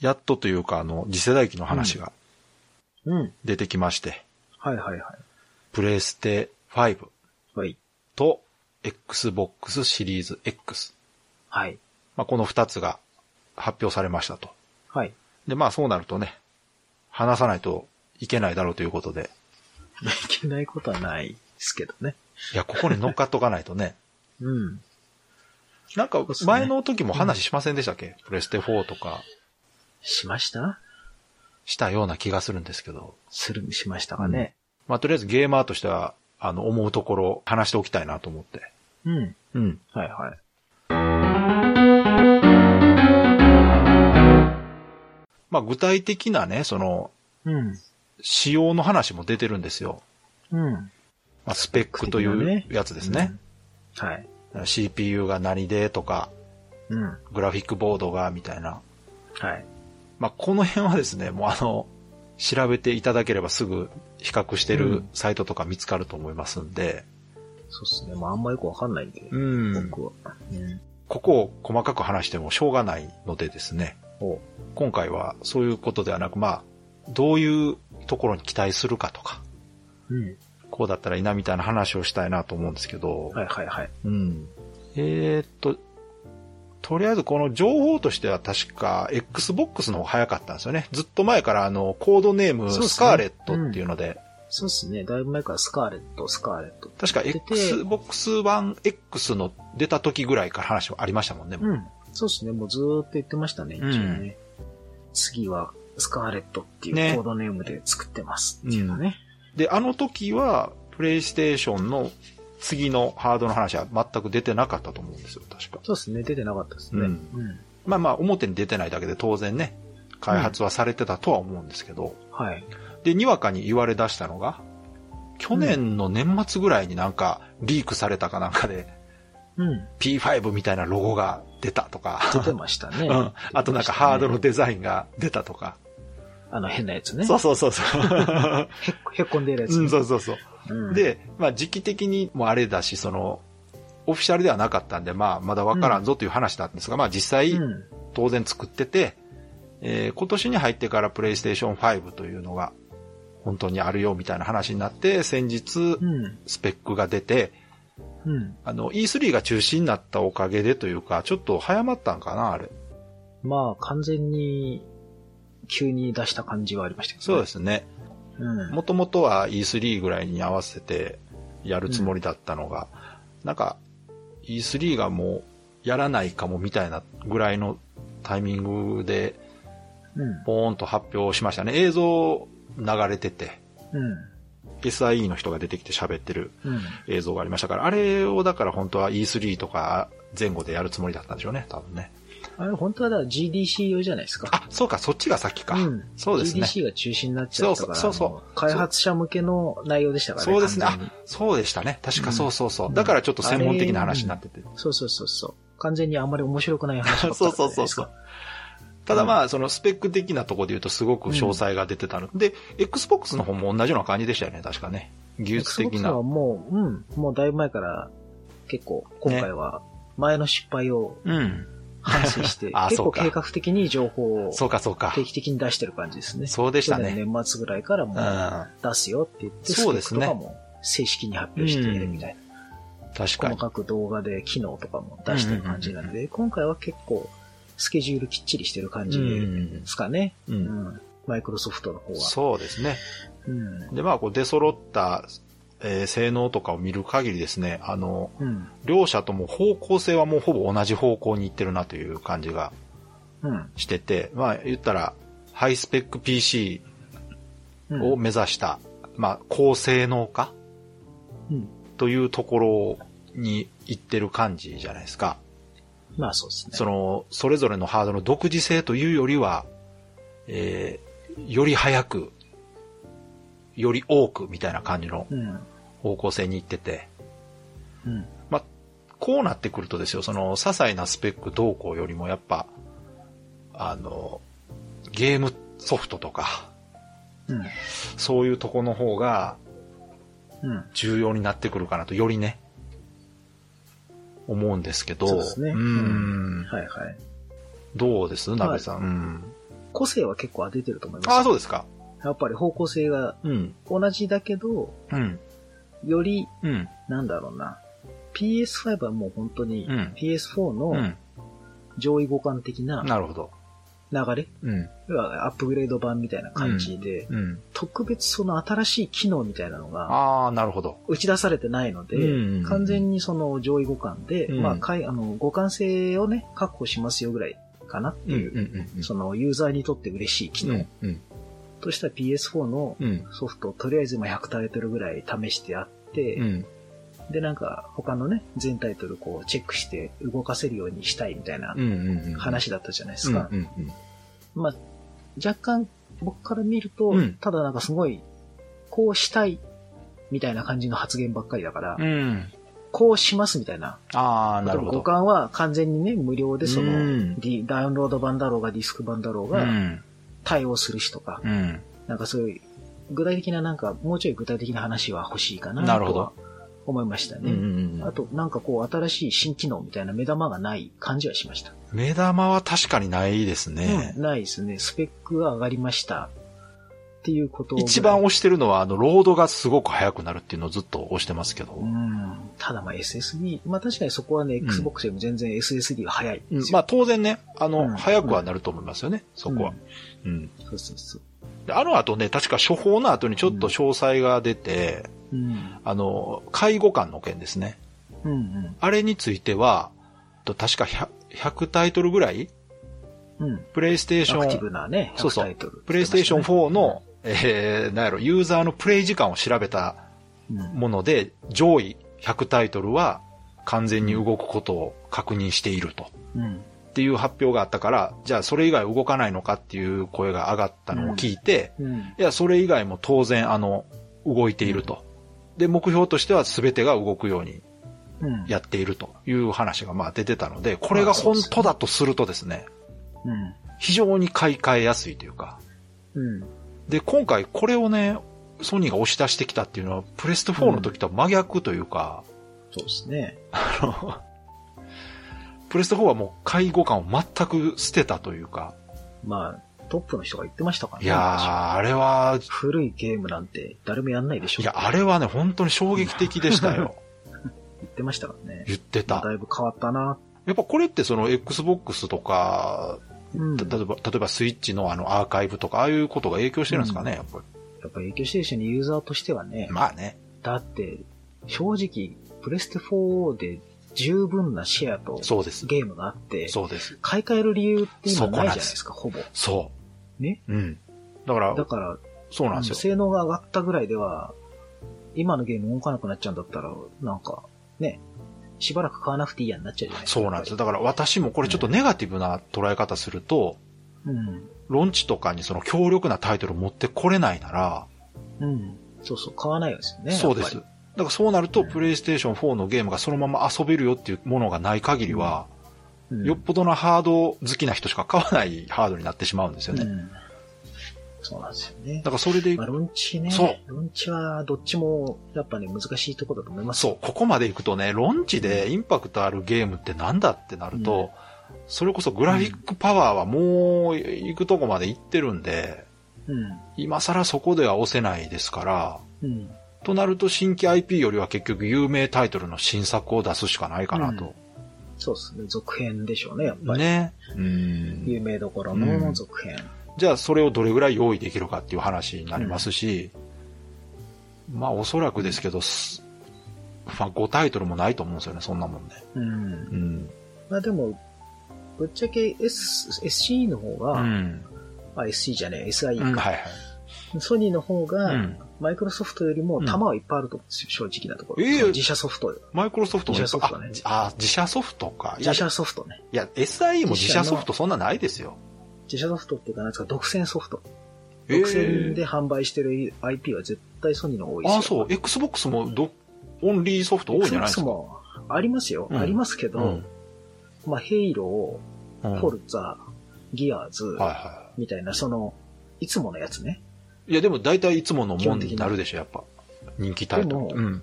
やっとというか、あの、次世代機の話がうん。出てきまして、はいはいはプレステ5い。はい。と Xbox シリーズ X。はい。まあ、この二つが発表されましたと。はい。 で、まあそうなるとね、話さないといけないだろうということで、いけないことはないですけどね。いや、ここに乗っかっとかないと ね。うん。なんかうっすね前の時も話しませんでしたっけ、プレステ4とかしましたしたような気がするんですけど。する、しましたかね。まあとりあえずゲーマーとしては、あの、思うところ話しておきたいなと思って。うん。うん。はいはい。まあ具体的なね、その、うん。仕様の話も出てるんですよ。うん。まあ、スペックというやつですね。うん。はい。 CPU が何でとか、うん。はグラフィックボードがみたいな。い。まあ、この辺はですね、もうあの、調べていただければすぐ比較してうるんサイトとか見つかると思いますんで、そうっすね。まああんまよくわかんないんで、うん、僕は。うん。ここを細かく話してもしょうがないのでですね、お今回はそういうことではなく、まあ、どういうところに期待するかとか、うん。こうだったらいいなみたいな話をしたいなと思うんですけど、はいはいはい。うん。えーっと、とりあえずこの情報としては確か Xbox の方が早かったんですよね。ずっと前からあの、コードネームそうですねスカーレットっていうので、そうっすね。だいぶ前からスカーレット、スカーレット。確か出て Xbox One X の出た時ぐらいから話もありましたもんね。うん。そうですね。もうずーっと言ってましたね、一応ね。うん次は、スカーレットっていうねコードネームで作ってますっていうのね。で、あの時は、プレイステーションの次のハードの話は全く出てなかったと思うんですよ、確か。そうですね。出てなかったですね。ううんん。まあまあ、表に出てないだけで当然ね、開発はされてたとは思うんですけど、はい。で、にわかに言われ出したのが、去年の年末ぐらいになんか、リークされたかなんかで、うん。 P5 みたいなロゴが出たとか、出てましたね。うん。あとなんかハードのデザインが出たとか。あの変なやつね。そうそうそう そう。へっへっこんでるやつ、うねん、そうそうそう。うんで、まあ時期的にもあれだし、その、オフィシャルではなかったんで、まあまだわからんぞという話だったんですが、まあ実際うん。当然作ってて、えー今年に入ってから PlayStation 5というのが本当にあるよみたいな話になって、先日うん。スペックが出て、うん。あの E3 が中止になったおかげでというか、ちょっと早まったんかな、あれ。まあ、完全に、急に出した感じはありましたけど、。そうですすね。うん。もともとは E3 ぐらいに合わせてやるつもりだったのが、なんか E3 がもうやらないかもみたいなぐらいのタイミングでうん。ポーンと発表しましたね。映像流れてて、うん。 SIE の人が出てきて喋ってるうん。映像がありましたから、あれをだから本当は E3 とか前後でやるつもりだったんでしょうね、多分ね。あれ、本当はだから GDC 用じゃないですか。あ、そうか、そっちが先か。うんそうですね。 GDC が中心になっちゃったから、そうそうそうあの開発者向けの内容でしたからね。そうですね。完あ全に、そうでしたね。確かうんそうそうそう。うんだからちょっと専門的な話になってて。そうそうそうそう。完全にあんまり面白くない話ばっかそうりだったそうじゃないそうですそかう。。ただまあ、そのスペック的なところで言うとすごく詳細が出てたので、Xbox の方も同じような感じでしたよね、確かね。技術的 Xbox なは。もう、うん、もうだいぶ前から、結構、今回は、前の失敗をうん。反省して、 あ結そう構か計画的に情報をそうかそうか定。期的に出してる感じですね。そうでした去ね。年の年末ぐらいからもうん。う出すよって言って、そうですねスペックとかも正式に発表しているみたいな。確か細に。かく動画で機能とかも出してる感じなんで、今回は結構スケジュールきっちりしてる感じうでんすかね。う。うんん。マイクロソフトの方は。そうですね。うん。で、まあ、こう出揃った、えー性能とかを見る限りですね、あの、うん。両者とも方向性はもうほぼ同じ方向に行ってるなという感じがうん。してて、まあ、言ったら、ハイスペック PC うん。を目指した、まあ、高性能化うんというところに行ってる感じじゃないですか。まあそうですね。その、それぞれのハードの独自性というよりは、えーより早く、より多くみたいな感じのうん。方向性に行ってて、うん。こうなってくるとですよ、その、些細なスペック動向よりもやっぱ、あの、ゲームソフトとか、うん。そういうとこの方がうん。重要になってくるかなと、よりね、思うんですけど、そうですねんはいはい。どうです鍋さん。個性は結構出てると思いますよ。ああ、そうですか。やっぱり方向性がうん。同じだけど、うん。より、うん。なんだろうな。PS5 はもう本当にうん PS4 うのん。上位互換的ななるほど。流れ、うん。要はアップグレード版みたいな感じで、うん。特別その新しい機能みたいなのがああ、なるほど。打ち出されてないので、うん完全にその上位互換で、うんまあ、かいあの互換性をね、確保しますよぐらいかなってうん。いう、うん。うん。そのユーザーにとって嬉しい機能、うん。としたら PS4 のうん。ソフトをとりあえずまあ100タイトルぐらい試してあって、うん。で、なんか他のね、全タイトルこうチェックして動かせるようにしたいみたいなうん。うん。話だったじゃないうですん。か。うん。うん。まあ、若干僕から見ると、うんただなんかすごい、こうしたいみたいな感じの発言ばっかりだから、うん。こうしますみたいな。ああ、なるほど。互換は完全にね、無料でその、うんディダウンロード版だろうがディスク版だろううがん。対応するしとか、うん。なんかそういう具体的ななんかもうちょい具体的な話は欲しいかななるほとどは思いましたうね。ん。あとなんかこう新しい新機能みたいな目玉がない感じはしました。目玉は確かにないですねうん。ないですね。スペックが上がりました。っていうことぐらい一番押してるのは、あの、ロードがすごく速くなるっていうのをずっと押してますけど。うんただまあ SSD、まあ確かにそこはね、ん Xbox よりも全然 SSD が早いんですまあよ。当然ね、あの、うん早くはなると思いますよね、そこは。うん。まあ、そうそうそう。であの後ね、確か処方の後にちょっと詳細が出て、うん。あの、介護官の件ですね。うんうん。あれについては、と確か 100, 100タイトルぐらいうん。プレイステーシアクティョン、ブなね、そう100そうタイトル、プレイステーション4の、えー、なんやろ、ユーザーのプレイ時間を調べたうん、もので、上位100タイトルは完全に動くことを確認していると。うん。っていう発表があったから、じゃあそれ以外動かないのかっていう声が上がったのを聞いて、うん。いや、それ以外も当然、あの、動いていると。で、目標としては全てが動くようにうん。やっているという話がまあ出てたので、これが本当だとするとですね、うん。非常に買い替えやすいというか。うん。で、今回これをね、ソニーが押し出してきたっていうのは、プレステ4の時とは真逆というか、そうですね。あのプレステ4はもう介護感を全く捨てたというか、まあ、トップの人が言ってましたからいね。や昔ー、あれは、古いゲームなんて誰もやんないでしょ。いや、あれはね、本当に衝撃的でした よ。言ってましたからね。言ってた。だいぶ変わったな。やっぱこれってその Xbox とか、うん。た例えば、例えばスイッチのあのアーカイブとか、ああいうことが影響してるんですかね、やっぱやっぱ影響してるしね、ユーザーとしてはねり。。まあね。だって、正直、プレステ4で十分なシェアとそうです。ゲームがあって、そうです。買い替える理由っていうのはないじそこゃないなんでですすか、ほぼ。そう。ねうん。だからだ、から、そうなんですよ。性能が上がったぐらいでは、今のゲーム動かなくなっちゃうんだったら、なんか、ね、しばらく買わなくていいやになっちゃうじゃないそうなんですよ。よ。だから私もこれちょっとネガティブな捉え方すると、うん。ロンチとかにその強力なタイトル持ってこれないなら、うん。そうそう、買わないですよね。そうでやっす。ぱだりからそうなると、うんプレイステーション4のゲームがそのまま遊べるよっていうものがない限りは、うんよっぽどのハード好きな人しか買わないハードになってしまうんですよね。うんそうなんですよねだ。からそれで、まあ、ロンチね。そうロンチは、どっちも、やっぱね、難しいところだと思います。そう、ここまで行くとね、ロンチでインパクトあるゲームってなんだってなると、それこそグラフィックパワーはもう行くとこまで行ってるんで、うん。今更そこでは押せないですから、うん。となると新規 IP よりは結局有名タイトルの新作を出すしかないかなと。そうですね。続編でしょうね、やっぱり。ね。うん有名どころうのん続編。じゃあそれをどれぐらい用意できるかっていう話になりますし、まあおそらくですけど、すまあ5タイトルもないと思うんですよね、そんなもんね。うん。うん。まあでも、ぶっちゃけ S、SE の方うが、ん。あ、SE じゃねえ、SIE うんか。はいはい。ソニーの方が、うんマイクロソフトよりもうん弾はいっぱいあると思うんですよ、正直なところ。ええ自社ソフトよ。マイクロソフトも自社ソフトねあ、あ自社ソフトか。いや、自い社ソフトね。や SIE も自社ソフトそんなないですよ。自社ソフトっていうか、なんですか、独占ソフト。ええ独占で販売してる IP は絶対ソニーの方が多いですよ。あ、そう。Xbox もど、オンリーソフト多いんじゃないですか。 Xbox もありますよ。うんありますけど、うんまあ、ヘイロうんー、フォルザ、ギアーズ、はいはみたいな、その、いつものやつね。い。いや、でも大体いつものもんになるでしょ、やっぱ。人気タイトルって。でもうん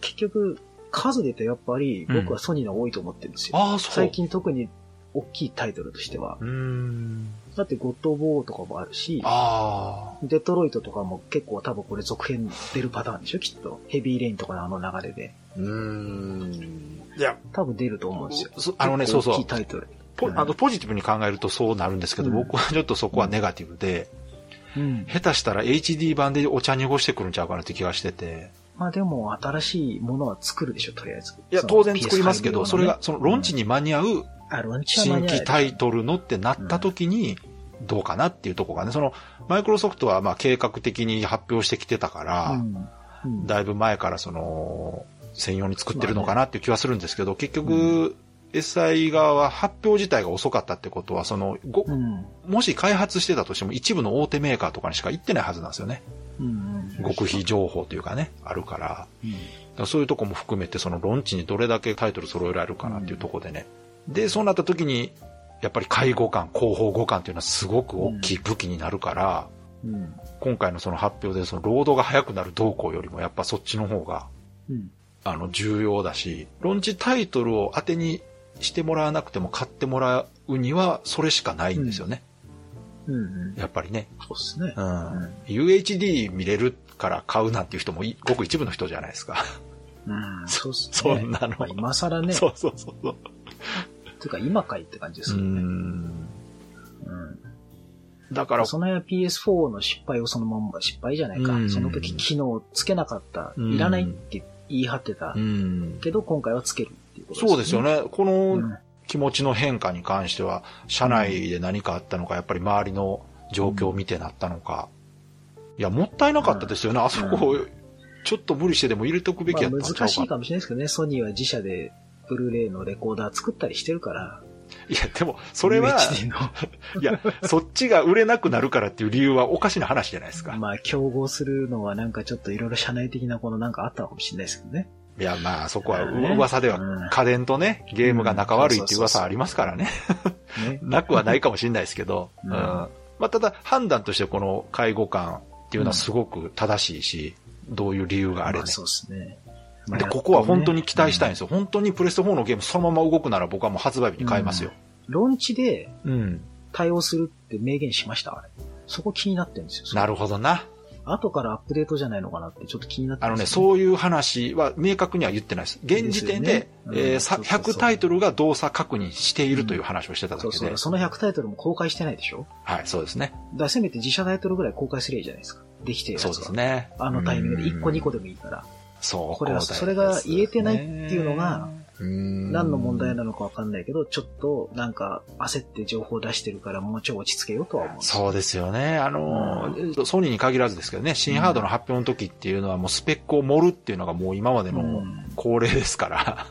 結局、数で言うとやっぱり、うん僕はソニーの多いと思ってるんですよ。ああ、そう。最近特に大きいタイトルとしては、うーん。だってゴッド・オブ・ウォーとかもあるし、ああ。デトロイトとかも結構多分これ続編出るパターンでしょきっと。ヘビーレインとかのあの流れで。うーん。いや、多分出ると思うんですよ。そあのね、結構そうそう大きい。タイトル。ポあのポジティブに考えるとそうなるんですけど、うん僕はちょっとそこはネガティブで、うん。下手したら HD 版でお茶濁してくるんちゃうかなって気がしてて。まあでも、新しいものは作るでしょ、とりあえず。いや、その当然作りますけ PS5 ど、のねそれが、その論地に間に合うあ、ロンチは間新に合え規るタイトルのってなった時に、どうかなっていうとこがね、その、マイクロソフトはまあ計画的に発表してきてたから、うんうんだいぶ前からその、専用に作ってるのかなっていう気はするんですけど、結局、う SI 側は発表自体が遅かったってことは、その、ごうん。もし開発してたとしても一部の大手メーカーとかにしか行ってないはずなんですよね。うん。極秘情報というかね、あるから。だかうん。らそういうとこも含めて、その論地にどれだけタイトル揃えられるかなっていうとこでね。で、そうなった時に、やっぱり介護官、広報互換っていうのはすごく大きい武器になるから、うん。今回のその発表でその労働が早くなる動向よりもやっぱそっちの方がうん。あの、重要だし、論じタイトルを当てにしてもらわなくても買ってもらうには、それしかないんですよね。うんうん。やっぱりね。そうっすねう。ん。うん UHD 見れるから買うなんていう人もい、ごく一部の人じゃないですか。うん。そうっすね。そんなのまあ今更ね。そうそうそうそう。ていうか今かいって感じですうよね。ん。うん。だから、その辺は PS4 の失敗をそのまんま、失敗じゃないか。うんその時機能つけなかった、うんいらないって言い張ってた、うん。けど今回はつけるっていうことそうですよね。こうのん。気持ちの変化に関しては、社内で何かあったのか、やっぱり周りの状況を見てなったのか。いや、もったいなかったですよね。あそこ、ちょっと無理してでも入れとくべきまやあったんちゃうか難しいかもしれないですけどね、ソニーは自社で、ブルーレイのレコーダー作ったりしてるから。いや、でも、それは、 UHD のいや、そっちが売れなくなるからっていう理由はおかしな話じゃないですか。 まあ、競合するのはなんかちょっといろいろ社内的なこのなんかあったのかもしれないですけどね。いや、まあ、そこはまあねう噂ではうん、家電とね、ゲームが仲悪いっていううんそうそうそう噂ありますからね。ね。なくはないかもしれないですけど、ううんん。まあ、ただ、判断としてこの介護官っていうのはすごく正しいし、どういう理由があれまね。そうですね。で、ここは本当に期待したいんですよ。本当にプレステ4のゲームそのまま動くなら僕はもう発売日に買いますよ。ローンチでうん。対応するって明言しました、あれ。そこ気になってるんですよ。なるほどな。ど。後からアップデートじゃないのかなってちょっと気になってあのね、う。そういう話は明確には言ってないです。現時点で、ですよねうんえーさそうそうそう100タイトルが動作確認しているという話をしてただそうけそでう。。その100タイトルも公開してないでしょはい、そうですね。だからせめて自社タイトルぐらい公開すればいいじゃないですか。できてるやつそはうです。ね。あのタイミングで1個2個で。でもいいから。そう、これはうだよそれが言えてないっていうのが、うん何の問題なのかわかんないけど、ちょっとなんか焦って情報出してるからもうちょい落ち着けようとは思うんですよ。そうですよね。あの、ソニーに限らずですけどね、新ハードの発表の時っていうのはもうスペックを盛るっていうのがもう今までうのん恒例ですから。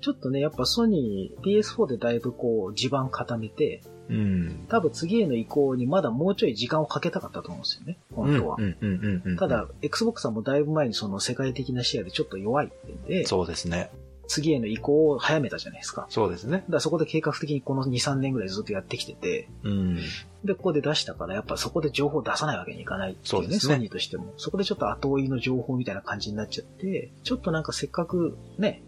ちょっとね、やっぱソニー PS4 でだいぶこう地盤固めて、うん。多分次への移行にまだもうちょい時間をかけたかったと思うんですよね、本当は。うんうんうんうんうんただ、、Xbox さんもだいぶ前にその世界的な視野でちょっと弱いってんで、そうですね。次への移行を早めたじゃないですか。そうですねだ。からそこで計画的にこの2、3年ぐらいずっとやってきてて、うん。で、ここで出したから、やっぱそこで情報を出さないわけにいかないっていそううね、ですソねニーとしても。そこでちょっと後追いの情報みたいな感じになっちゃって、ちょっとなんかせっかくね、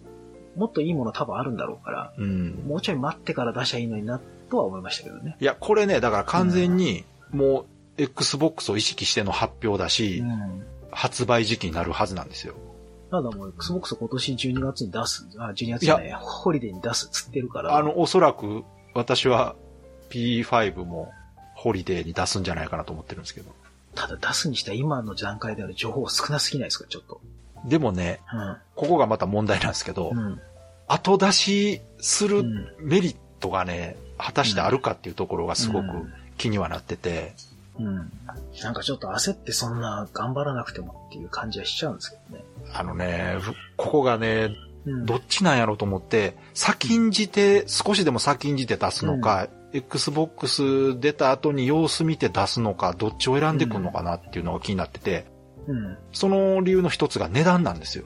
もっといいもの多分あるんだろうから、うん。もうちょい待ってから出しゃいいのにな、とは思いましたけどね。いや、これね、だから完全に、もう、Xbox を意識しての発表だし、うん。発売時期になるはずなんですよ。ただもう、Xbox 今年12月に出す、あ、12月じゃない、ホリデーに出すっつってるから、あの、おそらく、私は P5 もホリデーに出すんじゃないかなと思ってるんですけど。ただ出すにしたら今の段階では情報少なすぎないですか、ちょっと。でもね、ここがまた問題なんですけど、うん。うん。後出しすうるん。メリットがね、果たしてあるかっていうところがすごくうん気にはなってて、うん。なんかちょっと焦ってそんな頑張らなくてもっていう感じはしちゃうんですけどね。あのね、ふここがね、うんどっちなんやろうと思って、先んじて、少しでも先んじて出すのか、Xbox 出た後に様子見て出すのか、どっちを選んでくるのかなっていうのが気になってて、うん。その理由の一つが値段なんですよ。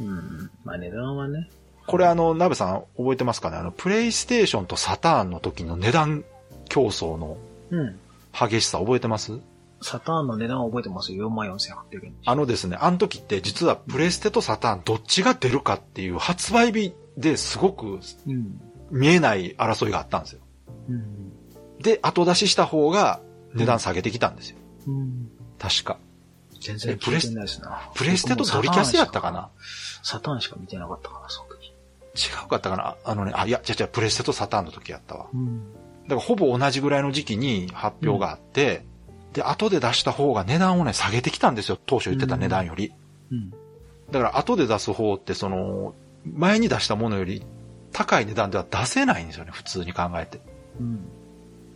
うん。まあ値段はね。これあの、ナベさん覚えてますかねあの、プレイステーションとサターンの時の値段競争のうん。激しさ覚えてますサターンの値段は覚えてますよ。44,800円。あのですね、あの時って実はプレステとサターンどっちが出るかっていう発売日ですごくうん。見えない争いがあったんですよ。うん。で、後出しした方が値段下げてきたんですよ。うん。確か。全然聞いてないですな。プレステとドリキャスやったかなサターンしか見てなかったかな、その時。違うかったかなあのね、あ、いや、違う違う、プレステとサターンの時やったわ。うん。だからほぼ同じぐらいの時期に発表があって、で、後で出した方が値段をね、下げてきたんですよ。当初言ってた値段より。うん。だから後で出す方って、その、前に出したものより高い値段では出せないんですよね、普通に考えて。うん。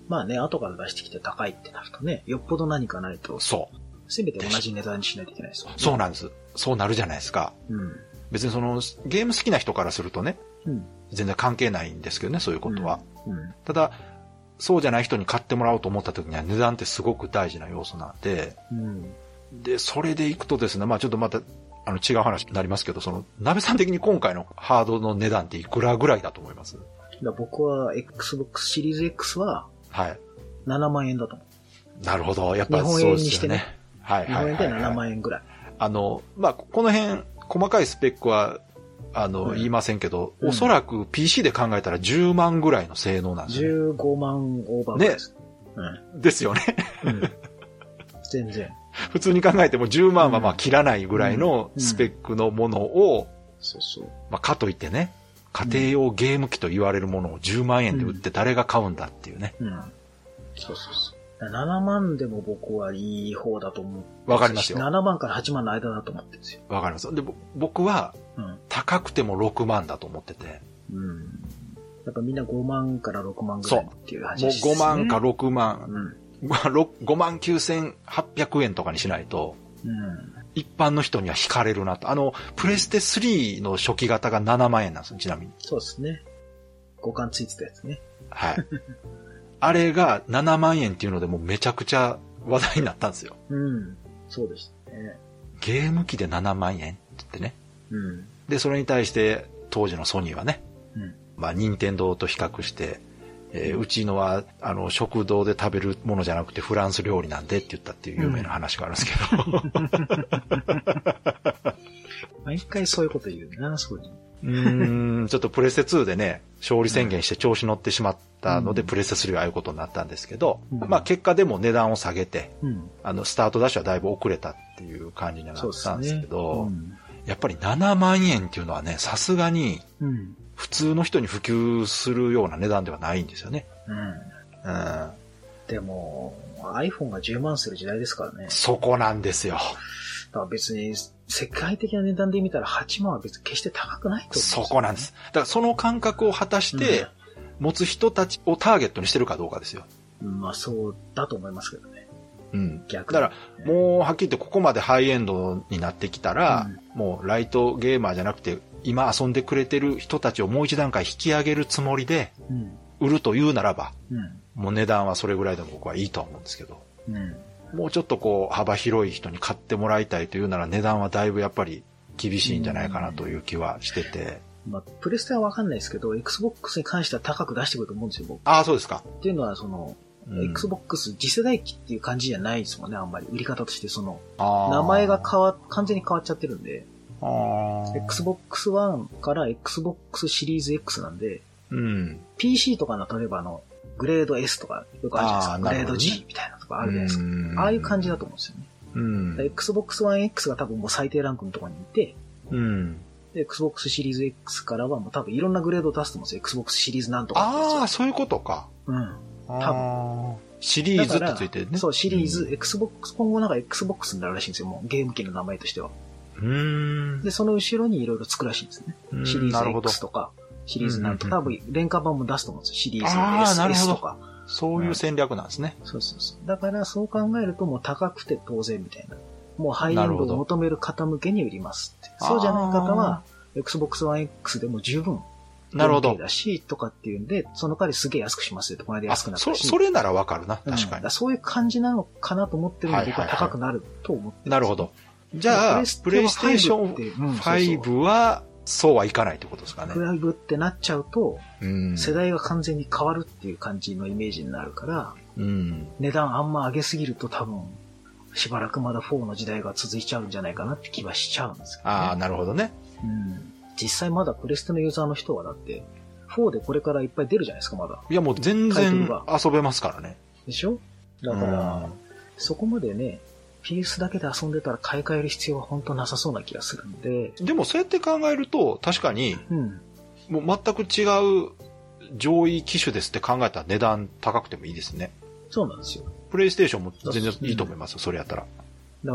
まあね、後から出してきて高いってなるとね、よっぽど何かないと、そう。せめて同じ値段にしないといけないですよねそうなんです。そうなるじゃないですか。うん。別にその、ゲーム好きな人からするとね、うん。全然関係ないんですけどね、そういうことは。うん。ただ、そうじゃない人に買ってもらおうと思った時には値段ってすごく大事な要素なんで、うん。で、それでいくとですね、まあちょっとまた、あの、違う話になりますけど、その、鍋さん的に今回のハードの値段っていくらぐらいだと思いますだから僕は Xbox シリーズ X ははい。 7万円だと思う。なるほど。やっぱ日そうで本すよね。円にしてねはい日はい本はい、円はい。で7万円ぐらい。あの、まあ、この辺、細かいスペックは、あの、うん言いませんけど、うんおそらく PC で考えたら10万ぐらいの性能なんですよね。 15万オーバーぐらいです。ですよね。 うん。うん。全然。普通に考えても10万はまあうん切らないぐらいのスペックのものを、そうそう。まあ、かといってね、家庭用ゲーム機と言われるものを10万円で売って誰が買うんだっていうね。うん。そうそうそう。7万でも僕はいい方だと思う。わかりますよ。 7万から8万の間だと思ってるんですよ。わかります。で、ぼ僕はうん。高くても6万だと思ってて、うん。やっぱみんな5万から6万ぐらいっていう話もうですね。 5万か6 6万、 万。 5万9800円とかにしないと、うん。一般の人には惹かれるなと。あの、プレステ3の初期型が7万円なんですよ、ちなみに。そうですね。五感ついてたやつね。 はい。あれが7万円っていうのでもうめちゃくちゃ話題になったんですよ。うん。そうでしたね。ゲーム機で7万円って言ってね。うん。で、それに対して当時のソニーはね、うん。まあ、任天堂と比較して、えーうちのは、あの、食堂で食べるものじゃなくてフランス料理なんでって言ったっていう有名な話があるんですけど。毎回そういうこと言うな、そう いう。うーん、ちょっとプレステ2でね、勝利宣言して調子乗ってしまったので、うんプレステ3はああいうことになったんですけど、うんまあ結果でも値段を下げて、うん。あの、スタートダッシュはだいぶ遅れたっていう感じにはなそうっでたすんですねけ。ど、うんやっぱり7万円っていうのはね、さすがにうん。普通の人に普及するような値段ではないんですよね。うん。うん。でも、iPhone が10万する時代ですからね。そこなんですよ。だから別に、世界的な値段で見たら8万は別に決して高くないとそ思こなんです。だからその感覚を果たして、持つ人たちをターゲットにしてるかどうかですよ。うん。まあそうだと思いますけどね。うん。逆だから、もうはっきり言ってここまでハイエンドになってきたら、もうライトゲーマーじゃなくて、今遊んでくれてる人たちをもう一段階引き上げるつもりで、うん。売るというならば、うん。もう値段はそれぐらいでも僕はいいとは思うんですけど、うん。もうちょっとこう、幅広い人に買ってもらいたいというなら値段はだいぶやっぱり厳しいんじゃないかなという気はしてて、まあ、プレステはわかんないですけど、Xbox に関しては高く出してくると思うんですよ、僕。ああ、そうですか。っていうのは、その、うん Xbox 次世代機っていう感じじゃないですもんね、あんまり。売り方として、その、あー名前が変わ、完全に変わっちゃってるんで、あー Xbox One から Xbox シリーズ X なんで、うん。 PC とかの、例えばあの、グレード S とか、よくあるじゃないですか。あーなグるレほーどドね G みたいなとかあるじゃないですか。ああいう感じだと思うんですよね。うん。で Xbox One X が多分もう最低ランクのところにいて、うん。で Xbox シリーズ X からはもう多分いろんなグレードを出すと思うんですよ。Xbox シリーズなんとかってやつ。ああ、そういうことか。うん。多分。シリーズってついてるね。そう、シリーズ、Xbox、今後なんか Xbox になるらしいんですよ、もう。ゲーム機の名前としては。うん。うーん。で、その後ろにいろいろつくらしいんですね。うんシリなるーほズど X とか、シリーズなんとうんうか、多んうん分廉価版も出すと思うんですよ。シリーあーズ S, なるほ S どとか。そういう戦略なんですね。そうそうそう。だから、そう考えるともう高くて当然みたいな。もうハイエンドを求める方向けに売りますって。なるほそどうじゃない方は、Xbox One X でも十分。なるほど OK。だし、とかっていうんで、その代わりすげえ安くしますよって、この間あ、安くなったそ、し。それならわかるな。うん確かだらに。そういう感じなのかなと思ってるのはで、い僕はいははい高くなると思ってなるほど。じゃあ、プレイステーションン5は、そうはいかないってことですかね。 5ってなっちゃうと、うん。世代が完全に変わるっていう感じのイメージになるから、うん。値段あんま上げすぎると多分、しばらくまだ4の時代が続いちゃうんじゃないかなって気はしちゃうんですけど、ね。ああ、なるほどね。うん。実際まだプレステのユーザーの人はだって、 4でこれからいっぱい出るじゃないですか、まだ。いや、もう全タイトル然が遊べますからね。でしょだかうらん、そこまでね、PS だけで遊んでたら買い替える必要は本当なさそうな気がするんで、でもそうやって考えると、確かに、うん。もう全く違う上位機種ですって考えたら値段高くてもいいですね。そうなんですよ。プレイステーションも全然いいと思いますよ、それやったら。だか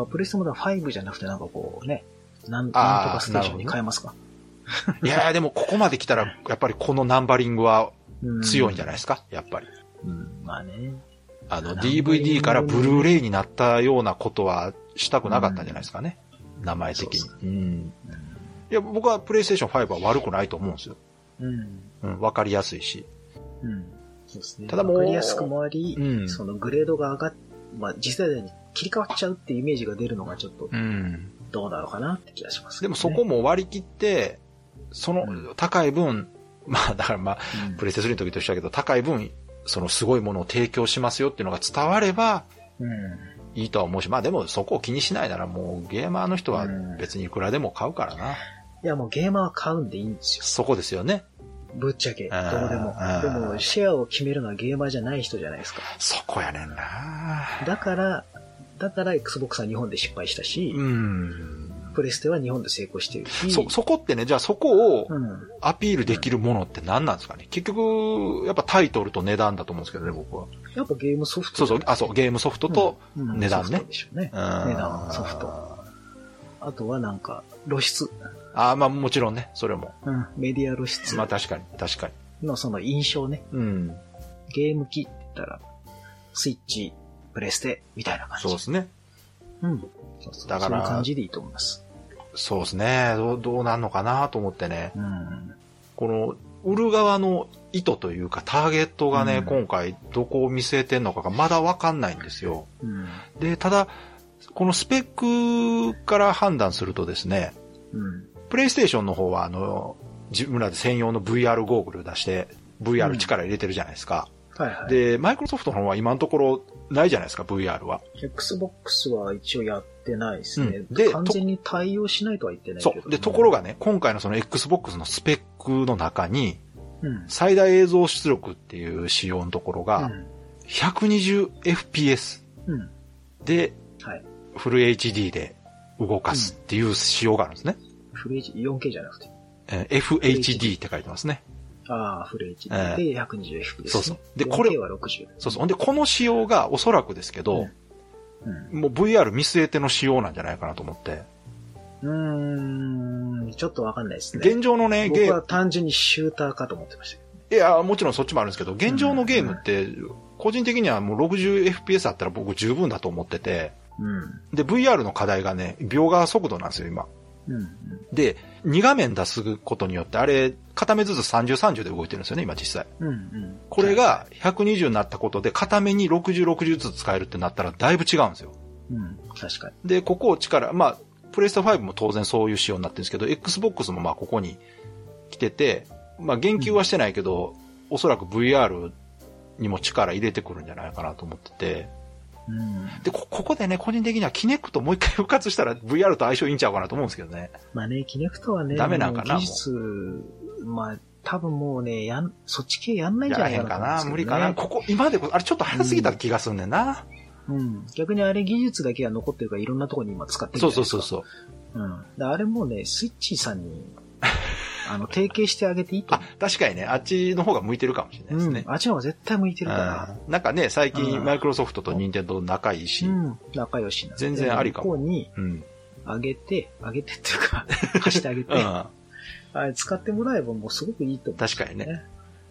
らプレステもだから5じゃなくてなんかこうね、なんなんとあーかステーションに変えますか。いやーでもここまで来たら、やっぱりこのナンバリングはうん強いんじゃないですか、やっぱり。うん、まあね。あの、ナンバリング DVD からブルーレイになったようなことはしたくなかったんじゃないですかね。名前的に。そううん。いや、僕はプレイステーション5は悪くないと思うんですよ。うん。うん、わかりやすいし。うん。そうですね。ただもうわかりやすくもあり、うんそのグレードが上がっ、まあ、次世代に切り替わっちゃうっていうイメージが出るのがちょっとうん。どうなのかなって気がします、でもそこ、も割り切って、その高い分、まあだからまあ、うんプレイステ3の時と一緒だけど、高い分、そのすごいものを提供しますよっていうのが伝わればうん。いいとは思うし、まあでもそこを気にしないならもうゲーマーの人は別にいくらでも買うからな。いやもうゲーマーは買うんでいいんですよ。そこですよね。ぶっちゃけ。どあーうでもあ。ーでも、シェアを決めるのはゲーマーじゃない人じゃないですか。そこやねんなだから、だから Xbox は日本で失敗したし、うん。プレステは日本で成功してるし、そ、そこってね、じゃあそこをうん。アピールできるものって何なんですかね結局、やっぱタイトルと値段だと思うんですけどね、僕は。やっぱゲームソフト。そうそう、あ、そう、ゲームソフトと、うん、値段ねソフトでしょうね。値値段、ソフト。あとはなんか、露出。ああ、まあもちろんね、それも。うん。メディア露出まあ確かに、確かに。のその印象ね。うん。ゲーム機って言ったら、スイッチ、プレステ、みたいな感じ。そうですね。うん。そうそうだからそういう感じでいいと思います。そうですね。どう、どうなんのかなと思ってね。うん。この、売る側の意図というか、ターゲットがね、うん今回どこを見据えてんのかがまだわかんないんですよ。うん。で、ただ、このスペックから判断するとですね、うん。プレイステーションの方は、あの、自分らで専用の VR ゴーグル出して、う VR ん力入れてるじゃないですか。はいはい。で、マイクロソフトの方は今のところないじゃないですか、VR は。 Xbox は一応やってないですね。うんで完全に対応しないとは言ってないけそど、う。で、ところ、がね、今回のその Xbox のスペックの中に、うん。最大映像出力っていう仕様のところが、120fps うん。うん。で、はい。フル HD で動かすっていう仕様があるんですね。フル H4K じゃなくて。えー FHD って書いてますね。ああ、フル HD えで 120F です、ねそうそうでで、ここれれ。は60。そうそう。ほんで、この仕様がおそらくですけど、うん。もう VR 見据えての仕様なんじゃないかなと思って。うーん、ちょっとわかんないですね。現状のね、僕ゲーはム、単純にシューターかと思ってましたけいや、もちろんそっちもあるんですけど、現状のゲームって、個人的にはもう 60fps あったら僕十分だと思ってて、ど。うん。で、VR の課題がね、描画速度なんですよ、今。うん。で、2画面出すことによって、あれ、片目ずつ30、30で動いてるんですよね、今実際。うん。うん。これが120になったことで、片目に60、60ずつ使えるってなったら、だいぶ違うんですよ。うん。確かに。で、ここを力、まあ、プレイステ5も当然そういう仕様になってるんですけど、Xbox もまあここに来てて、まあ言及はしてないけど、おそらく VR にも力入れてくるんじゃないかなと思ってて、うん。で、こ、ここでね、個人的にはキネクトもう一回復活したら VR と相性いいんちゃうかなと思うんですけどね。まあね、キネクトはね、ダメなんかなもう技術、まあ、多分もうね、やん、そっち系やんないんじやゃらないへんかかなな、と思う無んで理すけどかな。ね、ここ、今でこそ、あれちょっと早すぎた気がすんねんな。うん。逆にあれ技術だけが残ってるからいろんなところに今使ってるじそゃうないでそうすか。そうそう。う。うん。であれもね、スイッチさんに、あの、提携してあげていいとあ思、確かにね、あっちの方が向いてるかもしれないう。ですねうん。。あっちの方が絶対向いてるかうんなんかね、最う近んマイクロソフトと任天堂仲いいし、ら。うん。仲良しなんで全然ありかも向こうにうん。あげて、あげてっていうか、 貸してあげて、うん。あれ使ってもらえばもうすごくいいと思う。確かにね。ね。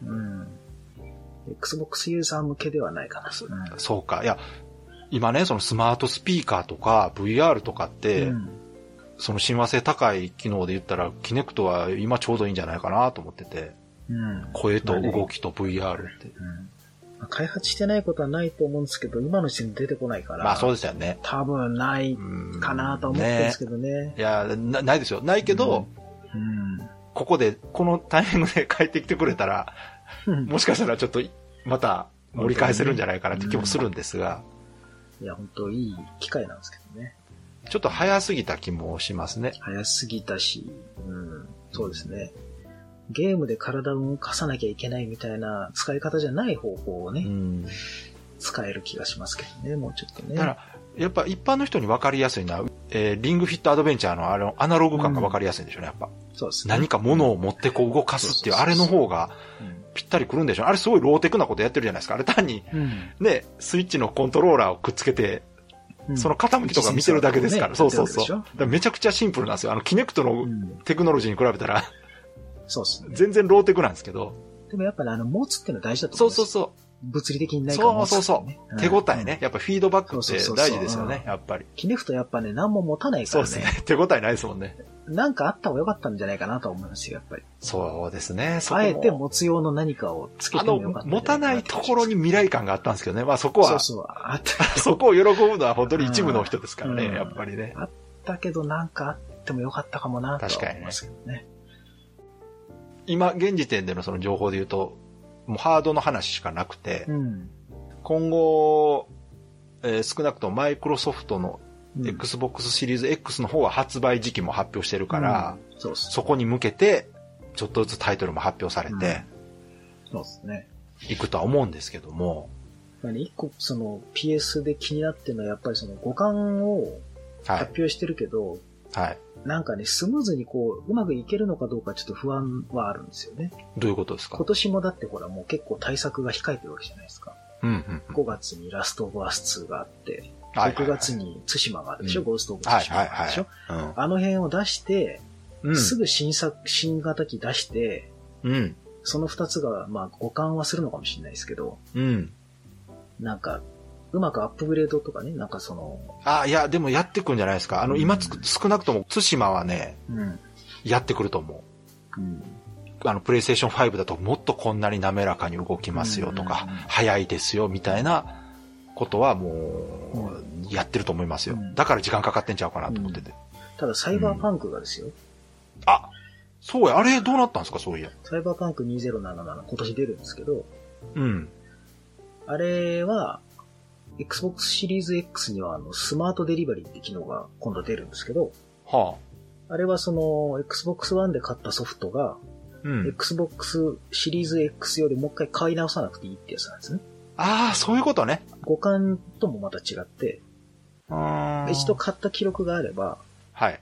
うん。Xbox ユーザー向けではないかな。そうんそうか。いや、今ね、そのスマートスピーカーとか VR とかって、うんその親和性高い機能で言ったら、キネクトは今ちょうどいいんじゃないかなと思ってて、うん。声と動きと VR って。うんまあ開発してないことはないと思うんですけど、今の時点で出てこないから、まあそうですよね。多分ないうんかなと思ってるんですけどね。ねいやな、ないですよ。ないけど、ここで、このタイミングで帰ってきてくれたら、うん。もしかしたらちょっと、また盛り返せるんじゃないかなって気もするんですが、いや、本当いい機会なんですけどね。ちょっと早すぎた気もしますね。早すぎたし、うん、そうですね。ゲームで体を動かさなきゃいけないみたいな使い方じゃない方法をね、うん。使える気がしますけどね、もうちょっとね。だから、やっぱ一般の人に分かりやすいのは、えーリングフィットアドベンチャーのあのアナログ感が分かりやすいんでしょうね、やっぱ。そうですね。何か物を持ってこう動かすっていう、そうあそれうそのうそう方がぴったりくるんでしょう。あれすごいローテクなことやってるじゃないですか。あれ単にうん。ね、スイッチのコントローラーをくっつけて、うんその傾きとか見てるだけですから。ねそうそうそう。やってるだわかけでしょらめちゃくちゃシンプルなんですよ。あの、キネクトうのんテクノロジーに比べたら、そうですね。全然ローテクなんですけど。でもやっぱね、あの、持つってのは大事だとそ思ううんですそようそう。物理的に何かを持つっていね、手応えうんね。。やっぱフィードバックっそうてそうそうそう大事ですよね、やっぱり。キネフトやっぱね、何も持たないかそうらでね。すね。 手応えないですもんね。なんかあった方が良かったんじゃないかなと思いますよ、やっぱり。そうですね。そこあえても持つ用の何かをつけあてもの、よかったんじゃ持たないところにに未来感があったんですけどね。まあそこそうは、そう、あっそこを喜ぶのは本当に一部の人ですからね、うんやっぱりね。たけど、なんかあってもよかったかもなとは確かに思ねいますけどね。今、現時点でのその情報で言うと、もうハードの話しかなくて、うん。今後、えー少なくともマイクロソフトのうん Xbox シリーズ X の方は発売時期も発表してるから、うんそうっすそこに向けて、ちょっとずつタイトルも発表されてそうですね。いくとは思うんですけども、まあね一個、その PS で気になってるのは、やっぱりその五感をは発い。表してるけど、はい。なんかね、スムーズにこう、うまくいけるのかどうかちょっと不安はあるんですよね。どういうことですか今年もだってほら、もう結構対策が控えてるわけじゃないですか。うんうんうん。 5月にラストオブアス2があって、はい6月に対馬があるでしょ、うんゴーストオブは対い馬はいがあるはでしょ、い。あの辺を出して、うん。すぐ新作、新型機出して、うん。その2つが、まあ、互換はするのかもしれないですけど、うん。なんか、うまくアップグレードとかね、なんかその、あ、いや、でもやってくんじゃないですか。あの、うん今つく、少なくとも、津島はね、うん、やってくると思うん、う。あの、プレイステーション5だともっとこんなに滑らかに動きますよとか、うん早いですよみたいなことはもう、やってると思いますよ、うんだから時間かかってんちゃうかなと思ってて。ただサイバーパンクがですよ、あ、そうや、あれどうなったんですか、そういや。サイバーパンク2077、今年出るんですけど、うん。あれは、Xbox シリーズ X にはあのスマートデリバリーって機能が今度出るんですけど、はあれはその Xbox One で買ったソフトが、あ。うん。 Xbox シリーズ X よりもう一回買い直さなくていいってやつなんですね。ああ、そういうことね。互換ともまた違って、あー一度。買った記録があれば、はい。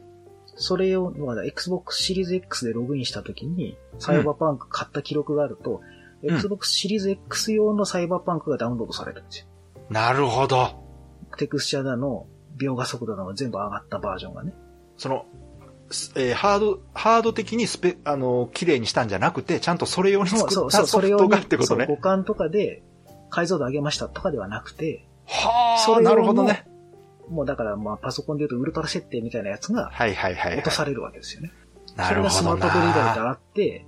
それを、まだ Xbox シリーズ X でログインした時に、サイバーパンク買った記録があると、うん Xbox シリーズ X 用のサイバーパンクがダウンロードされるんですよ。なるほど。テクスチャーだの、描画速度だの全部上がったバージョンがね。その、すえーハード、ハード的にスペ、あの、綺麗にしたんじゃなくて、ちゃんとそれ用に作ったソフ用トがにってことねそう。互換とかで解像度上げましたとかではなくて、はそあ、れ用なのるほどね。もうだからまあパソコンで言うとウルトラ設定みたいなやつがはいはいはい、はい。落とされるわけですよね。なそれるがスほマーどトドリーダーでな。あって、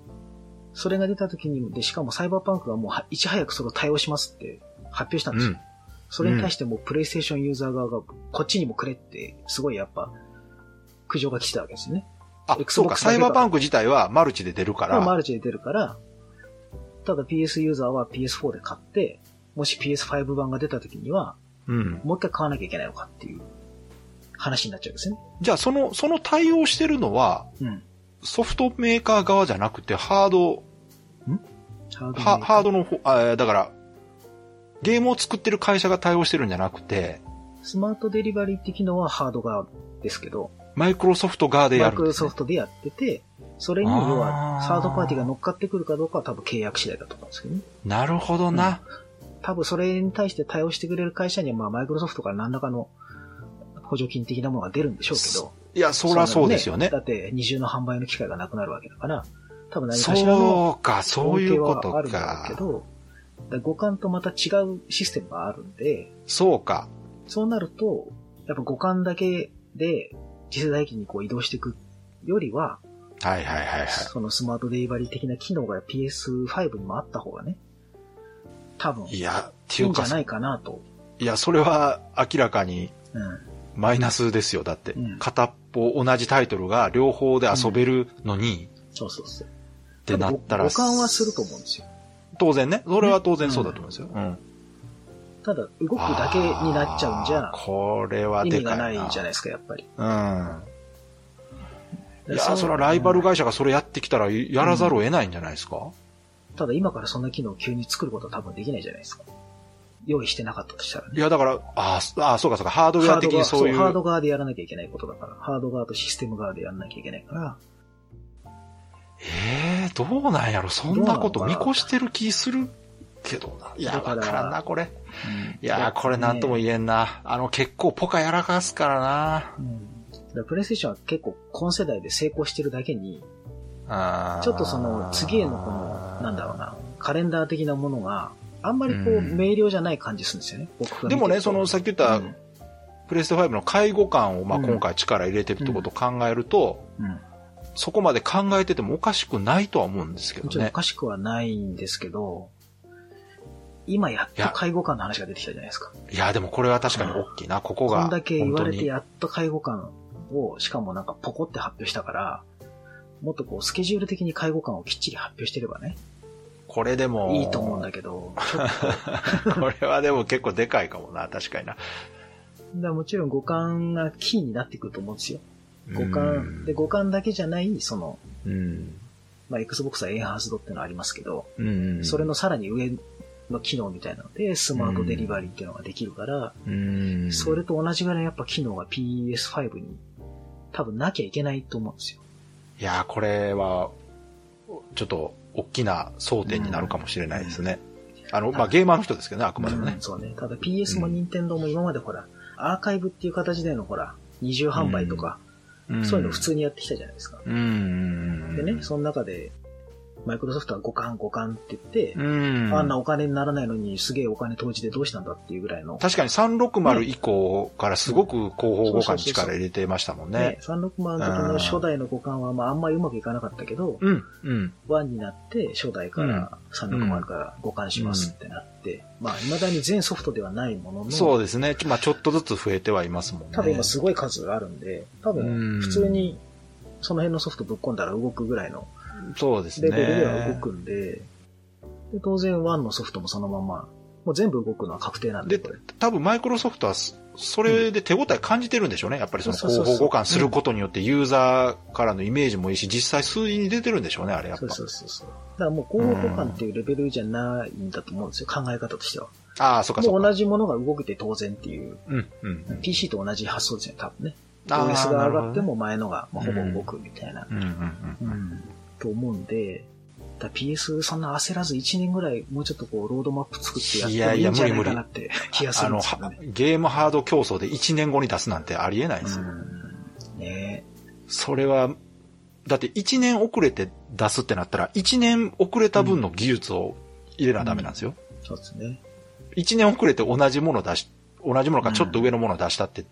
それが出た時に、で、しかもサイバーパンクがもうはいち早くそれを対応しますって発表したんうですよ。ん。それに対してもうプレイステーションユーザー側がこっちにもくれって、すごいやっぱ苦情が来てたわけですね。あ、そうか、 Xbox サイバーパンク自体はマルチで出るかまあ、マら、ルチで出るから、ただ PS ユーザーは PS4 で買って、もし PS5 版が出た時には、うん。もう一回買わなきゃいけないのかっていう話になっちゃうんですね。じゃあ、その、その対応してるのは、うん。ソフトメーカー側じゃなくて、ハード、ハードはハードの方、あだから、ゲームを作ってる会社が対応してるんじゃなくて、スマートデリバリーって機能はハード側ですけど、マイクロソフト側でやマイるクんロですソね、フトでやってて、それに要あはーサードパーティーが乗っかってくるかどうかは多分契約次第だと思うんですけどね。なるほどな。多分それに対して対応してくれる会社には、まあマイクロソフトから何らかの補助金的なものが出るんでしょうけど。いや、そりゃそうですよねだ。って二重の販売の機会がなくなるわけだから、多分何かしらのそうか、そうい恩恵うこはとあるんだろうけか。ど、だから互換とまた違うシステムがあるんで、そうか。そうなると、やっぱ互換だけで次世代機にこう移動していくよりは、はいはいはいはい。そのスマートデリバリー的な機能が PS5 にもあった方がね、多分いいや、っていいんうじかゃ、ないかなと。いや、それは明らかにうん。マイナスですよ。だって、うん片っぽ同じタイトルが両方で遊べるのに、そうそうそう。ってなったら、多分互換はすると思うんですよ。当然ね。それは当然そうだと思うんですよ。うん。ただ、動くだけになっちゃうんじあゃー、これは意で味かがいな。ないじゃないですか、やっぱり。うん。いやー、それはライバル会社がそれやってきたら、やらざるを得ないんじゃないですか、ただ今からそんな機能を急に作ることは多分できないじゃないですか。用意してなかったとしたらね。いや、だから、あーあー、そうかそうか、ハードウェハアード的側にそういう。ハード側でやらなきゃいけないことだから、ハード側とシステム側でやらなきゃいけないから、ええどうなんやろそんなこと見越してる気するけどな。いや、だかわらからんな、これ。うんいやー、これなんとも言えんな。あの、結構ポカやらかすからうんだからプレイステーションは結構今世代で成功してるだけに、な。あーちょっとその次へのこの、なんだろう。な、カレンダー的なものがあんまりこうう、ん明瞭じゃない感じするんですよね、僕が見てるとでもね、その、さっき言ったうんプレステ5の介護感を、まあ、うん今回力入れてるってことを考えると、うんそこまで考えててもおかしくないとは思うんですけもちどろんおね。かしくはないんですけど、今やっと介護官の話が出てきたじゃないですか。いや、でもこれは確かに大きいな。こここが。んだけ言われて本やっと介護官を、しかもなんかポコって発表したから、もっとこうスケジュール的に介護官をきっちり発表してればね、当にこれでも。いいと思うんだけど、ちょっと これはでも結構でかいかもな、確かにな。だからもちろん五感がキーになってくると思うんですよ。五うん感、で、五感だけじゃない、その、うん。まあ、Xbox はエンハンスドっていうのありますけど、うんそれのさらに上の機能みたいなので、スマートデリバリーっていうのができるから、うんそれと同じぐらいやっぱ機能が PS5 に多分なきゃいけないと思うんですよ。いやー、これは、ちょっと、大きな争点になるかもしれないですね。あの、まあ、ゲーマーの人ですけどね、あくまでもねうん。そうね。ただ PS もうん Nintendo も今までほら、アーカイブっていう形でのほら、二重販売とか、そういうの普通にやってきたじゃないですか。うん。うん。でね、その中で、マイクロソフトは五感五感って言って、うん。あんなお金にならないのにすげえお金投じてどうしたんだっていうぐらいの。確かに360以降からすごく広報互換に力入れてましたもんね。 360の時の初代の五感はまああんまりうまくいかなかったけど、うん。うん。 1になって初代から360から互換しますってなって、まあ未だに全ソフトではないものの、そうですね。まあ、ちょっとずつ増えてはいますもんね。多分今すごい数があるんで、多うん分普通にその辺のソフトぶっ込んだら動くぐらいのそうですね。レベルでは動くんで、で当然1のソフトもそのまま、もう全部動くのは確定なんで、でこれ。、多分マイクロソフトはそ、それで手応え感じてるんでしょうね。やっぱりその広報互換することによってユーザーからのイメージもいいし、実際数字に出てるんでしょうね、あれやっそうぱ。そうそうそう。だからもう交互互換っていうレベルじゃないんだと思うんですよ、考え方としては。ああ、そっかそもっうか。同じものが動けて当然っていう、うん、うん。 PC と同じ発想ですよね、多分ね。ああ OS が上がって。なるも前のがまあほぼ動くみたいな、ほどねうん、うん、うん。と思うんで、だから PS そんな焦らず1年ぐらいもうちょっとこうロードマップ作ってやってもいいんじゃないかなって気がすあるんの、ですよはね。ゲームハード競争で1年後に出すなんてありえないですよ。うんねそれは、だって1年遅れて出すってなったら、1年遅れた分の技術を入れなダメなんですよ。えそうですね。一年遅れて同じものを出し、同じものかちょっと上のものを出したって、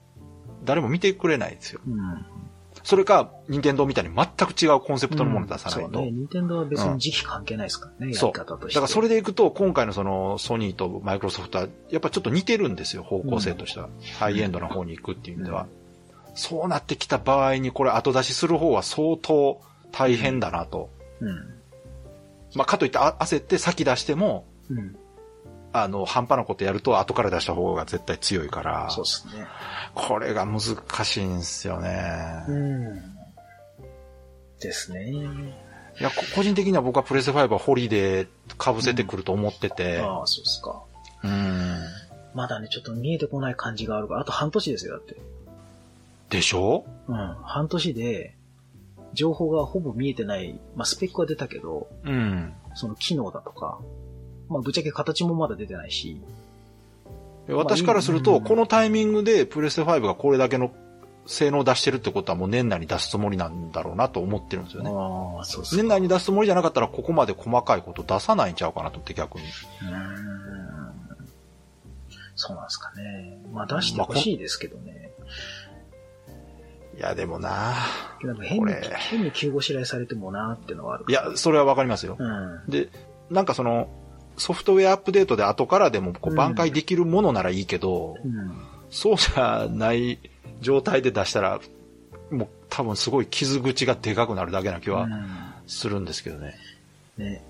誰も見てくれないですよ。うん。それか、任天堂みたいに全く違うコンセプトのものを出さないと。そうね。任天堂は別に時期関係ないですからね、やそうり方として。だからそれでいくと、今回のそのソニーとマイクロソフトは、やっぱちょっと似てるんですよ、方向性としては。ハイエンドの方に行くっていう意味では。そうなってきた場合に、これ後出しする方は相当大変だなと。うん。まあ、かといってあ焦って先出しても、うん。あの、半端なことやると後から出した方が絶対強いから、そうですね。これが難しいんですよね。うん。ですね。いや、こ個人的には僕はプレステ5はホリで被せてくると思ってて、ああ、そうですか。うん。まだね、ちょっと見えてこない感じがあるから、あと半年ですよ、だって。でしょうん、半年で、情報がほぼ見えてない、まあ、スペックは出たけど、うん。その機能だとか、まあ、ぶっちゃけ形もまだ出てないし、私からするまあと、いいこのタイミングでプレステ5がこれだけの性能を出してるってことはもう年内に出すつもりなんだろうなと思ってるんですよね。ああ、そうっす年内に出すつもりじゃなかったらここまで細かいこと出さないんちゃうかなと思って逆に。うーん。そうなんですかね。まあ、出してほしいですけどね。いや、でもななんか変こにれ、変に急ごしらえされてもなーってのはある。いや、それはわかりますよ。うん。で、なんかその、ソフトウェアアップデートで後からでもこううん挽回できるものならいいけど、うん。そうじゃない状態で出したら、もう多分すごい傷口がでかくなるだけな気うはんするんですけどね。ね、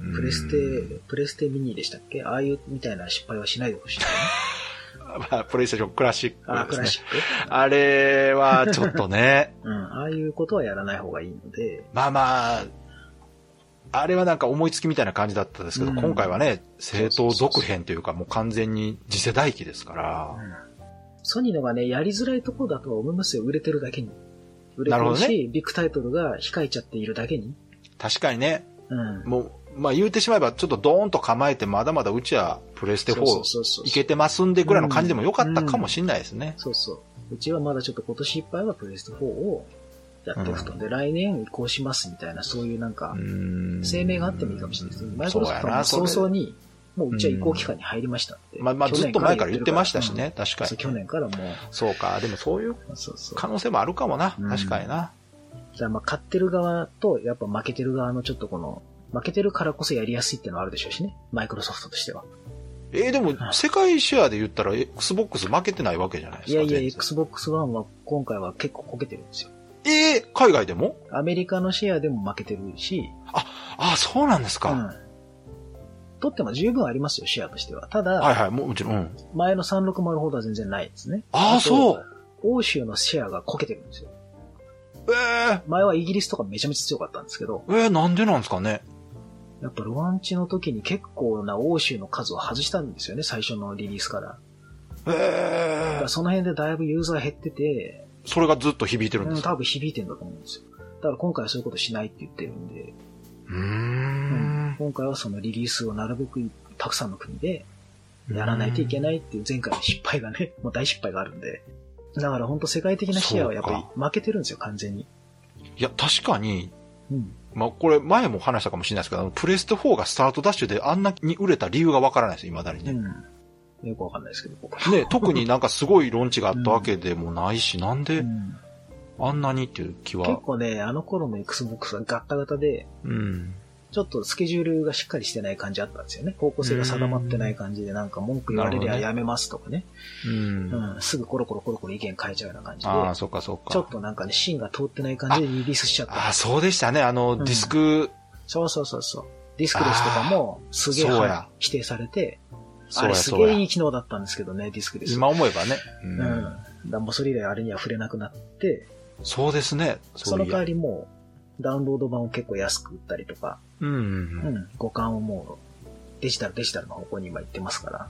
うんプレステ、プレステミニでしたっけああいうみたいな失敗はしないでほしい、ね。まあ、 プレイステーションクラシッああ、ククでラすシね。ックあれはちょっと ね、うん。ああいうことはやらない方がいいので、まあまあ、あれはなんか思いつきみたいな感じだったですけど、うん今回はね、正当続編というかもう完全に次世代機ですから、ソニーのがね、やりづらいところだとは思いますよ。売れてるだけに。売れなてるほるどし、ねビッグタイトルが控えちゃっているだけに。確かにね、うん。もう、まあ言うてしまえばちょっとドーンと構えてまだまだうちはプレステそう4そうそういそう。けてますんでぐらいの感じでもよかったかもしれないですね。そうそう。うちはまだちょっと今年いっぱいはプレステ4をやっていくと。で、来年移行しますみたいな、そういうなんか、うん声明があってもいいかもしれないですね。マイクそうロソフやトはもな、うそ早れ々に、もううちは移行期間に入りましたって。まあまあ去ずっ年と前から言ってましたし言っね、確かてるから。うんそうに。去年からもそうか、でもそういうう、そうそう。可能性もあるかもな、うん確かにな。じゃあまあ勝ってる側と、やっぱ負けてる側のちょっとこの、負けてるからこそやりやすいってのはあるでしょうしね。マイクロソフトとしては。えーでも世界シェアで言ったら Xbox 負けてないわけじゃないでいすか。やいや、全然 Xbox One は今回は結構こけてるんですよ。えー海外でもアメリカのシェアでも負けてるし、あ、そうなんですうか。ん。取っても十分ありますよ、シェアとしては。ただ、はいはい、もうもちろん。うん前の360ほどは全然ないですね。ああ、とそう。欧州のシェアがこけてるんですよ。えー前はイギリスとかめちゃめちゃ強かったんですけど、えーなんでなんですかね。やっぱロアンチの時に結構な欧州の数を外したんですよね、最初のリリースから。だかえらーその辺でだいぶユーザー減ってて、それがずっと響いてるんうでんすか多分響いてんだと思うんですよ。だから今回はそういうことしないって言ってるんで、うーん。今回はそのリリースをなるべくたくさんの国でやらないといけないっていう前回の失敗が ね、もう大失敗があるんで。だから本当世界的なシェアはやっぱり負けてるんですよ、完全に。いや、確かに、うん。まあ、これ前も話したかもしれないですけど、あのプレステ4がスタートダッシュであんなに売れた理由がわからないです、未だにね。うん。よくわかんないですけど、僕ね、特になんかすごい論知があったわけでもないし、なんうでんあんなにっていう気結は。構ね、あの頃の Xbox はガッタガタで、うん。ちょっとスケジュールがしっかりしてない感じあったんですよね。方向性が定まってない感じで、なんか文句言われりゃなるほどねやめますとかね。うん。うん、すぐコロコロコロコロ意見変えちゃうような感じで、ああ、そっかそっか。ちょっとなんかね、芯が通ってない感じでリリースしちゃった。ああ、そうでしたね。あの、んディスク、そうそうそうそう。ディスクレスとかもすげえそうや否定されて、そあうれやすそげうえいや。い機能だったんですけどね、ディスクレス。今思えばね。う。うんん。だからもうそれ以来あれには触れなくなって、そうですね。そそうのい代やわりもうダウンロード版を結構安く売ったりとか、うんうんうんう。ん、互換をもうデジタルデジタルの方向に今行ってますから。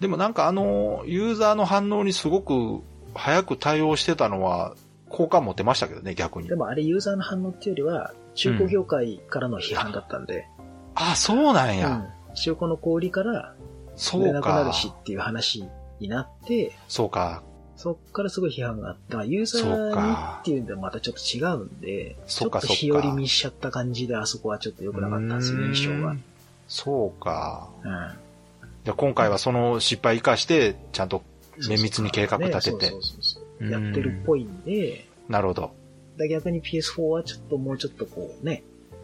でもなんかあの、ユーザーの反応にすごく早く対応してたのは、好感持てましたけどね、逆にで。もあれユーザーの反応っていうよりは、中古業界からの批判だったんで、あ、そうなんうや。ん、中古の小売りからそ売れうなくなるか。しっていう話になって、そうか。そっからすごい批判があった。だからユーザそうーにかっていうんではまたちょっと違うんで、ちそょうっかと日そ和うか見しちゃった感じで、あそこはちょっと良くなかったんですよ、印象が。ううんそうか。ん。じゃあ今回はその失敗生かして、ちゃんと綿密に計画立ててそうそうそうそううんやってるっぽいんで、なるほど。だから逆に PS4 はちょっともうちょっとこうね、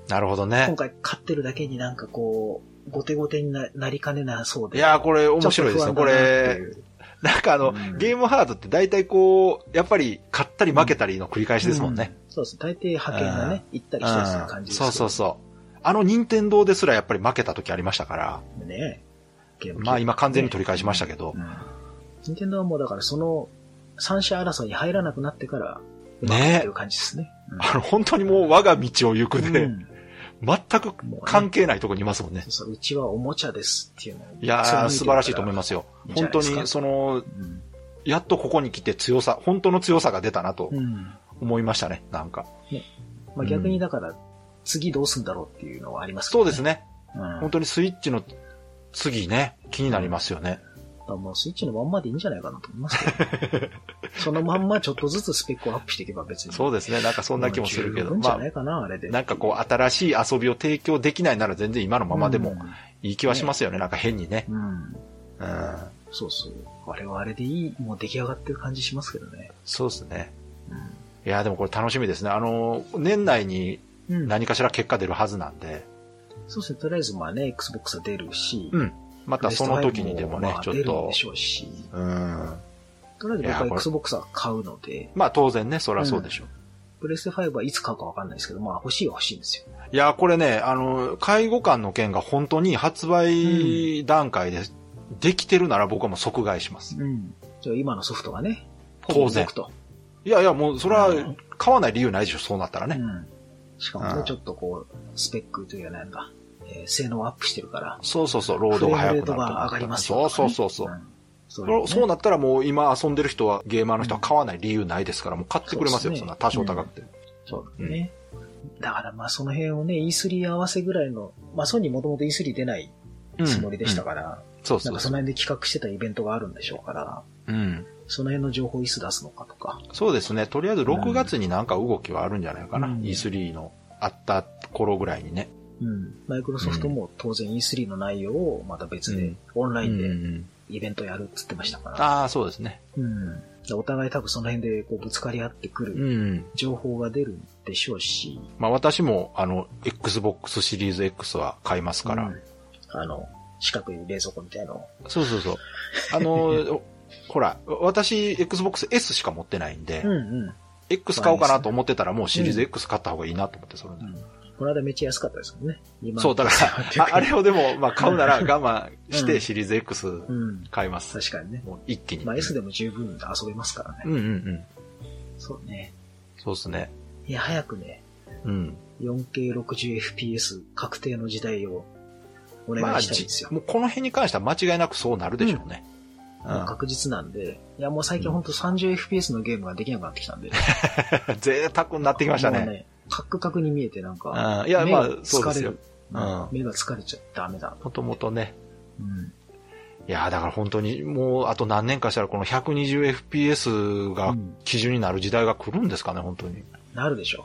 なるほど今ね。回買ってるだけになんかこう、ごてごてにななりかねなそういで。やー、これ面白いですちょね。っとこ不安だなってれい、う、なんかあの、うんゲームハードって大体こう、やっぱり勝ったり負けたりの繰り返しですもんね。う。そうです。大抵派遣がね、行ったりう来たりするん感じですそけどうそうそう。あの任天堂ですらやっぱり負けた時ありましたから、ねゲーム機まあ今完全に取り返しましたけど、うん。任天堂はもうだからその三者争いに入らなくなってから、ねっていう感じですね。あの本当にもう我が道を行くうんで、うん全く関係ないとこにいますもんねそう。そううちはおもちゃですっていうのをいやー、素晴らしいと思いますよ。いいんじゃ本な当いですかに、その、す。うんやっとここに来て強さ、本当の強さが出たなとうん。思いましたね、なんか。まあ逆にだから、次どうすんだろうっていうのはありますけそどうですね。ね。うん本。当にスイッチの次ね、気になりますよね。だからもうスイッチのまんまでいいんじゃないかなと思います けどそのまんまちょっとずつスペックをアップしていけば別に。そううですね。なんかそんな気もするけど、んじゃまないかな、あれあ、で。なんかこう、新しい遊びを提供できないなら全然今のままでもいい気はしますよね。なんか変にね。うん。うん。うん。そうそう。あれはあれでいい、もう出来上がってる感じしますけどね。そうですね。うんいや、でもこれ楽しみですね。あの、年内にうん何かしら結果出るはずなんで、そうですね、とりあえずまあね、Xbox は出るし、うん。またその時にでもねまあ、ちょっ出るんとで、しょうし、うん。とりあえずいや僕こはれ Xbox は買うので、まあ当然ね、そりゃそうでしょう。プレステ5はいつ買うかわかんないですけど、まあ欲しいは欲しいんですよ。いや、これね、あの、介護官の件が本当に発売段階でできてるなら僕はもう即買いします。うん。じゃあ今のソフトがね、当然ほぼ動くと。いやいや、もうそれうはん買わない理由ないでしょ、そうなったらうね。ん。しかもね、うんちょっとこう、スペックというかなんか、えー性能アップしてるから、そうそうそう、ロードが速くなるとフレームレートが上がりますよそとうかそうねそうそう。んそういうそうそうのねなったらもう今遊んでる人は、ゲーマーの人は買わない理由ないですから、もう買ってくれますそうよ、ですねそんな多少高くて。そうだね。だからまあその辺をね、E3 合わせぐらいの、まあソニーもともと E3 出ないつもりでしたかから、そうなんそうかそそう。の辺で企画してたイベントがあるんでしょうから、うん。その辺の情報いつ出すのかとか。そうですね。とりあえず6月になんか動きはあるんじゃないかな。うん E3 のあった頃ぐらいにね。うん。マイクロソフトも当然 E3 の内容をまた別うでん、オンラインうでんイベントやるっつってましたから。ああ、そうですね。うん。お互い多分その辺でこうぶつかり合ってくうるん。情報が出るんでしょうし。まあ私も、あの、Xbox シリーズ X は買いますから。うんあの、四角い冷蔵庫みたいのを。そうそうそう。あ の、ほら、私、Xbox S しか持ってないんで、うんうん。 X 買おうかなと思ってたら、もうシリーズ X 買った方がいいなと思って、それで。この間めっちゃ安かったですもんね。今そう、だ から、ああれをでも、まあ、買うなら我慢しうてんシリーズ X うん。買います。確かにね。もう一気に。まあ S でも十分遊べますからね。うんうんうん。そうね。そうですね。いや、早くね、うん。 4K60fps 確定の時代をお願まあ、いしたいんですじよ。もうこの辺に関しては間違いなくそうなるでしょうね。うもう確実なんで。いや、もう最近ほんと 30fps のゲームができなくなってきたんで。でん。 贅沢になってきましたね。カックカクに見えてなんうか、ん。いいや、まあ、そうですよ。。うんうん目が疲れちゃダメだ。もともとね。うん。いやーだから本当にもうあと何年かしたらこの 120fps がうん基準になる時代が来るんですかね、本当に。なるでしょ。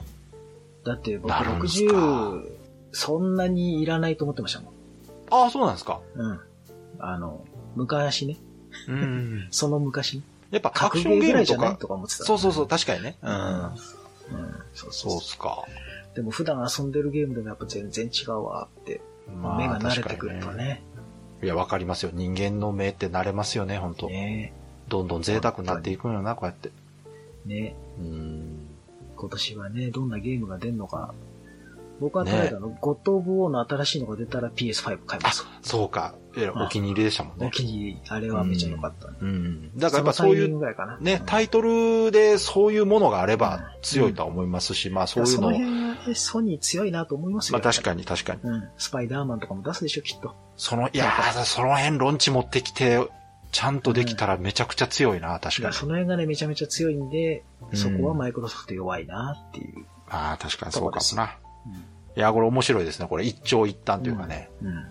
だって僕なるんすか60、そんなにいらないと思ってましたもん。ああ、そうなんですか。うん。あの、昔ね。うん。その昔。やっぱアク格シゲョンーゲぐーらいムじとゃないか、とか思ってた。そうそうそう、確かにね。うん。うん。そうそうそうそっすか。う。でも普段遊んでるゲームでもやっぱ全然違うわって、まあ、目が慣れてくると確かにね。いや、わかりますよ。人間の目って慣れますよね、本当ねどんどん贅沢になっていくんよな、こうやって。ねうん。今年はね、どんなゲームが出るのか。僕はとりあえずあの、ゴッド・オブ・ウォーの新しいのが出たら PS5 買います。そうか。いやうんお気に入りでしたもんおね。気に入り、あれはめちゃ良かった。うん。だからやっぱそういのタイう、ミングぐらいかな。ねう、んタイトルでそういうものがあれば強いとは思いますし、まあそういうそののを辺はね、ソニー強いなと思いますよ。まあ確かに確かに。に。うん。スパイダーマンとかも出すでしょ、きっと。その、いやー、その辺ロンチ持ってきて、ちゃんとできたらめちゃくちゃ強いな、確いかやに。その辺がね、めちゃめちゃ強いんで、うんそこはマイクロソフト弱いなっていう。ああ、確かにそうかもそうな。いやー、これ面白いですね。これ一長一短というかね、うん。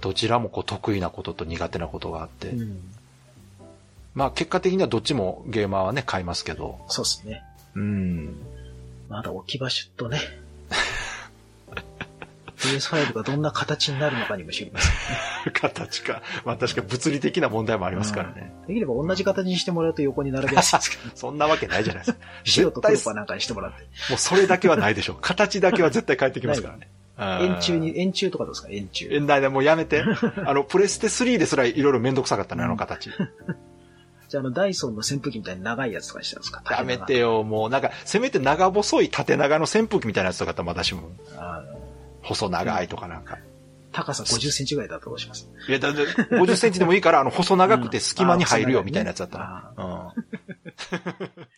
どちらもこう得意なことと苦手なことがあって、うん。まあ結果的にはどっちもゲーマーはね、買いますけど、そうですね。うん。 まだ置き場所とね。PS5 がどんな形になるのかにも知りません。形か。まあ確か物理的な問題もありますからね。できれば同じ形にしてもらうと横に並べやすいですけど、そんなわけないじゃないですか。白と黒 絶か対なんかにしてもらって。もうそれだけはないでしょう。形だけは絶対変えてきますからね。うん円柱に、円柱とかどうですか円柱。え、ないない、もうやめて。あの、プレステ3ですらいろいろめんどくさかったね、あの形。じゃあ、あの、ダイソンの扇風機みたいな長いやつとかにしてますかやめて。よ、もう。なんか、せめて長細い縦長の扇風機みたいなやつとかだったらまだしも、縦長あの細長いとかなんか。高さ50センチぐらいだとどうしますいや、だって、50センチでもいいから、あの、細長くて隙間に入るよ、みたいなやつだったらら。うん。